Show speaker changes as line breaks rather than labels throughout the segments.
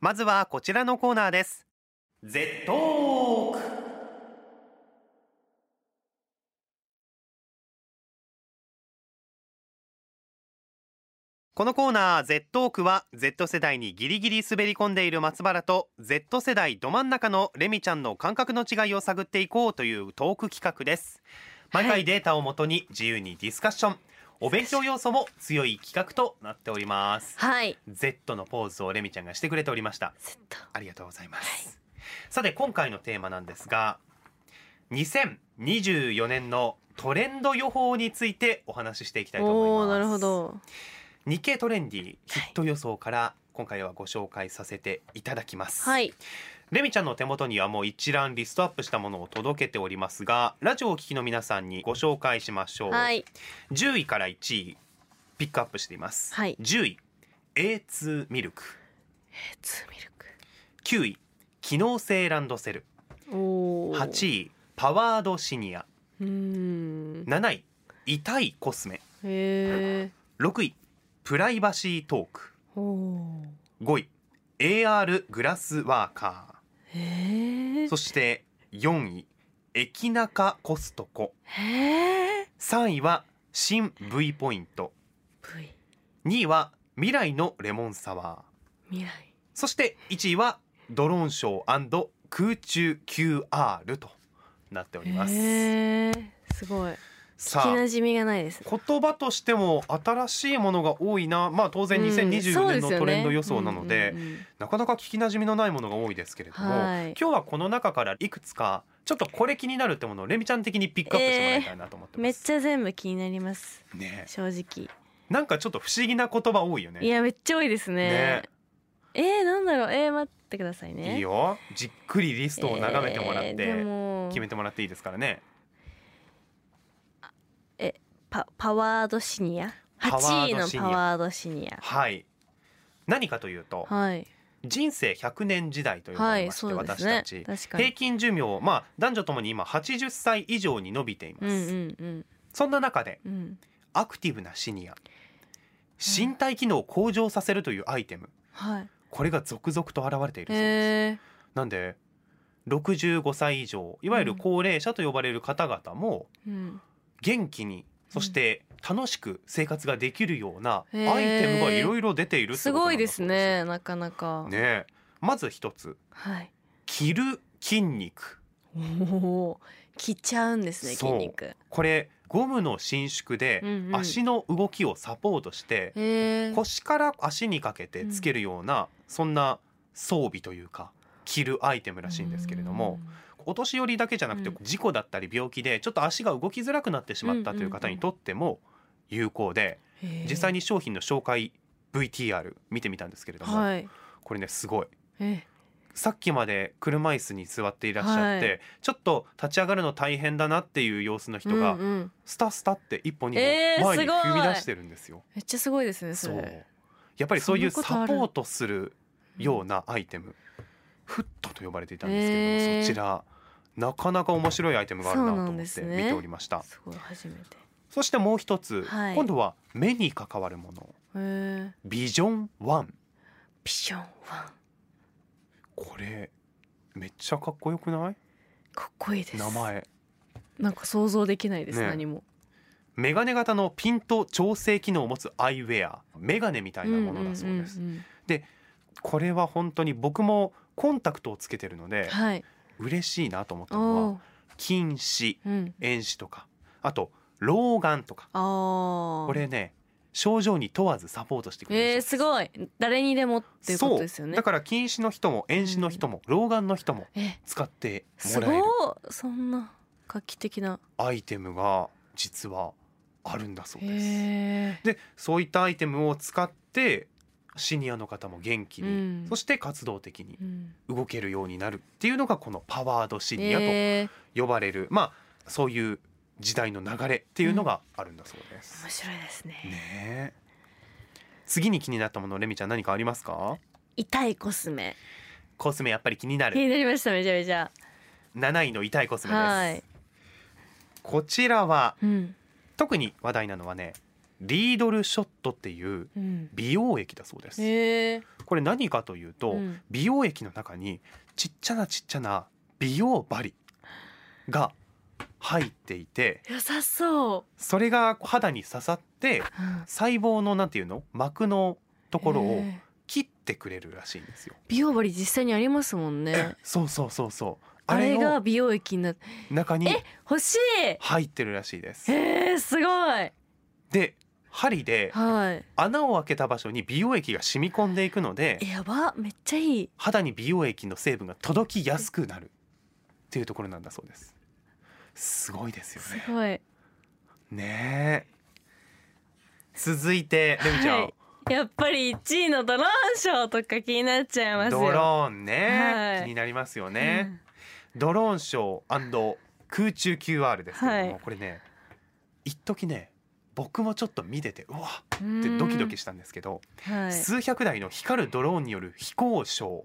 まずはこちらのコーナーです Z トークこのコーナー Z トークは Z 世代にギリギリ滑り込んでいる松原と Z 世代ど真ん中のレミちゃんの感覚の違いを探っていこうというトーク企画です毎
は
回
い
データをもとに自由にディスカッションお勉強要素も強い企画となっております
はい
Z のポーズをレミちゃんがしてくれておりました
セット
ありがとうございます。さて今回のテーマなんですが、2024年のトレンド予報についてお話ししていきたいと
お
思
お
い
ー
ます。
なるほ。ど
日経トレンディヒット予想から今回はご紹介させていただきます。
はい
レミちゃんの手元にはもう一覧リストアップしたものを届けておりますが、ラジオをお聞きの皆さんにご紹介しましょう。
はい
10位から1位ピックアップしています。
はい
10位 A2 ミルク、
レッツミルク
9位機能性ランドセル。
おお
8位パワードシニア
うーん
7位痛いコスメ
へえ
6位プライバシートーク
おお
5位 AR グラスワーカ
へえ
ーそして4位駅ナカコストコ
へえ
3位は新 V ポイント
V
2位は未来のレモンサワー
未来
そして1位はドローンショー空中 QR となっております、
へえすごい聞
さ
き
あ
なじみがないですね
言葉としても新しいものが多いなまあ当然
うん
2024
そう
年
ですよね
のトレンド予想なので、
うんうんうん
なかなか聞きなじみのないものが多いですけれども、
はい
今日はこの中からいくつかちょっとこれ気になるってものをレミちゃん的にピックアップしてもらいたいなと思って
め
ま
っ
す、
ちゃ全部気になります
ね
正直
なんかちょっと不思議な言葉多いよね
いやめっちゃ多いですねえーなんだろうえー待ってくださいね
いいよじっくりリストを眺めてもらって、
えーでも
決めてもらっていいですからね
パパワードシニア
パワ
8位
ード
の
シニア
パワードシニア
はい何かというと、
はい
人生100年時代というのがあ
は
り
い
まして、
そうです
私
ね
たち
確か
平
に
均寿命まあ男女ともに今80歳以上に伸びています、
うんうんうん
そんな中で
うん
アクティブなシニア身体機能を向上させるというアイテム
はい
これが続々と現れているそうです、
え
なんで65歳以上いわゆる高齢者と呼ばれる方々も
ーうん
元気にそして楽しく生活ができるようなアイ
へー
テムがいろいろ出ているって
す
ことな
ご
ん
い
だ
で
そ
す
うで
ねなかなか
すねえまず一つ
はい
着る筋肉
おお切っちゃうんですね
そう
筋肉
これゴムの伸縮で
うんうん
足の動きをサポートして
えー
腰から足にかけてつけるようなそんな装備というか着るアイテムらしいんですけれどもお年寄りだけじゃなくて
うん
事故だったり病気でちょっと足が動きづらくなってしまったという方にとっても有効で
うんへー
実際に商品の紹介 VTR 見てみたんですけれども
はい
これねすごい
え
さっきまで車椅子に座っていらっしゃっ
は
てちょっと立ち上がるの大変だなっていう様子の人
う
が
んうん
スタスタって一歩二歩
えー
前に
すごい
踏み出してるんですよ。
めっちゃすごいですねそ
そ
れ
うやっぱりそういう
そんな
サ
ことある
ポートするようなアイテムフットと呼ばれていたんですけれども、
えー
そちらなかなか面白いアイテムがあるなと
そうなん
思っ
で
て
す
見
ね
ておりましたそ,、
すごい初めて
してもう一つ、
はい
今度は目に関わるもの
へー
ビジョン1
ビジョンワン
これめっちゃかっこよくない
かっこいいです
名前
なんか想像できないです、
ね
何も
メガネ型のピント調整機能を持つアイウェアメガネみたいなものだそうです、
んうんうん
これは本当に僕もコンタクトをつけてるので
はい
嬉しいなと思った
お
のは
お
近視
ーうん
遠視とかあと老眼とか
ああ
これね症状に問わずサポートしてくれ
え
る
ー、
そう
すごい誰にでもっていうことですよ
そう
ね
だから近視の人も遠視の人も老眼の人も
え
使って
す
も
ご
ら
い
える
そんな画期的な
アイテムが実はあるんだそう
へ
です。
え
でそういったアイテムを使ってシニアの方も元気に、
うん
そして活動的に
うん
動けるようになるっていうのがこのパワードシニアと
えー、
呼ばれる、まあそういう時代の流れっていうのがあるんだそうです。
面白いですね
ねえ次に気になったものレミちゃん何かありますか
痛いコスメ
コスメやっぱり気にな
気
る
になりましためちゃめちゃ
7位の痛いコスメです、
はい
こちらは
うん
特に話題なのはねリードルショットっていう
うん
美容液だそうです
へえ
これ何かというと、
うん
美容液の中にちっちゃなちっちゃな美容針が入っていて
良さそう
それが肌に刺さって
うん
細胞のなんていうの膜のところを
へえ
切ってくれるらしいんですよ。
美容針実際にありますもんね
そうそうそうそう。あ
あ
れ
れが
の
美容液になって
中に
え欲しい
入ってるらしいです。
へえすごいはい
で針で穴を開けた場所に美容液が染み込んでいくので
えやばめっちゃいい
肌に美容液の成分が届きやすくなるっていうところなんだそうです。すごいですよ
す
ね。
ごい
ねえ。続いてレミちゃん、
はい、やっぱり1位のドローンショーとか気になっちゃいますよ
ドローンね、
はい
気になりますよね。ドローンショー空中 QR ですけれども、
はい
これね一時ね僕もちょっと見ててうわっ
うん
てドキドキしたんですけど、
うんはい
数百台の光るドローンによる飛行ショー
へ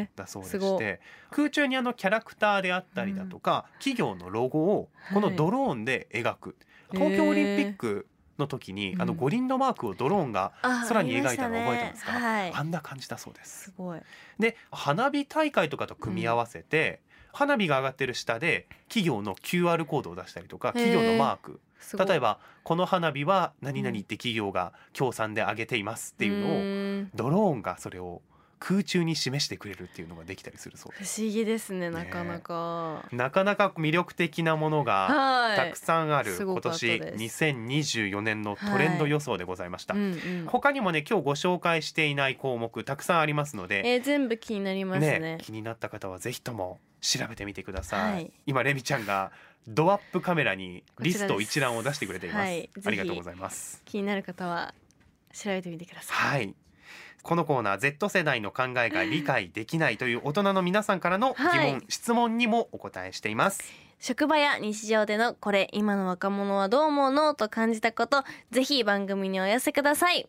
え
だそうですし
ご
て空中にあのキャラクターであったりだとか、企業のロゴをこのドローンで描く、
はい
東京オリンピックの時に、
うん
あの五輪のマークをドローンが
あ
空に
あ
描
りま
い
した
の覚えてますか、
ねはい
あんな感じだそうです
すごい
で花火大会とかと組み合わせて、花火が上がってる下で企業の QR コードを出したりとか
へー
企業のマーク
すごい
例えばこの花火は何々って企業が協賛で上げていますっていうのを、
ん
ドローンがそれを空中に示してくれるっていうのができたりするそうで
不思議ですねなかなか、
すなかなか魅力的なものが
はい
たくさんある、
す
今
ごかった
年
です
2024年のトレンド予想でございました、
うんうん
他にもね今日ご紹介していない項目たくさんありますので、
えー、全部気になりますね
気になった方はぜひとも調べてみてください、
はい
今レミちゃんがドアップカメラにリスト
こちらです
一覧を出してくれています、
はい
ありがとうございます
気になる方は調べてみてくださ
は
い、
いこのコーナー Z 世代の考えが理解できないという大人の皆さんからの疑問、
はい
質問にもお答えしています
職場や日常でのこれ今の若者はどう思うのと感じたことぜひ番組にお寄せください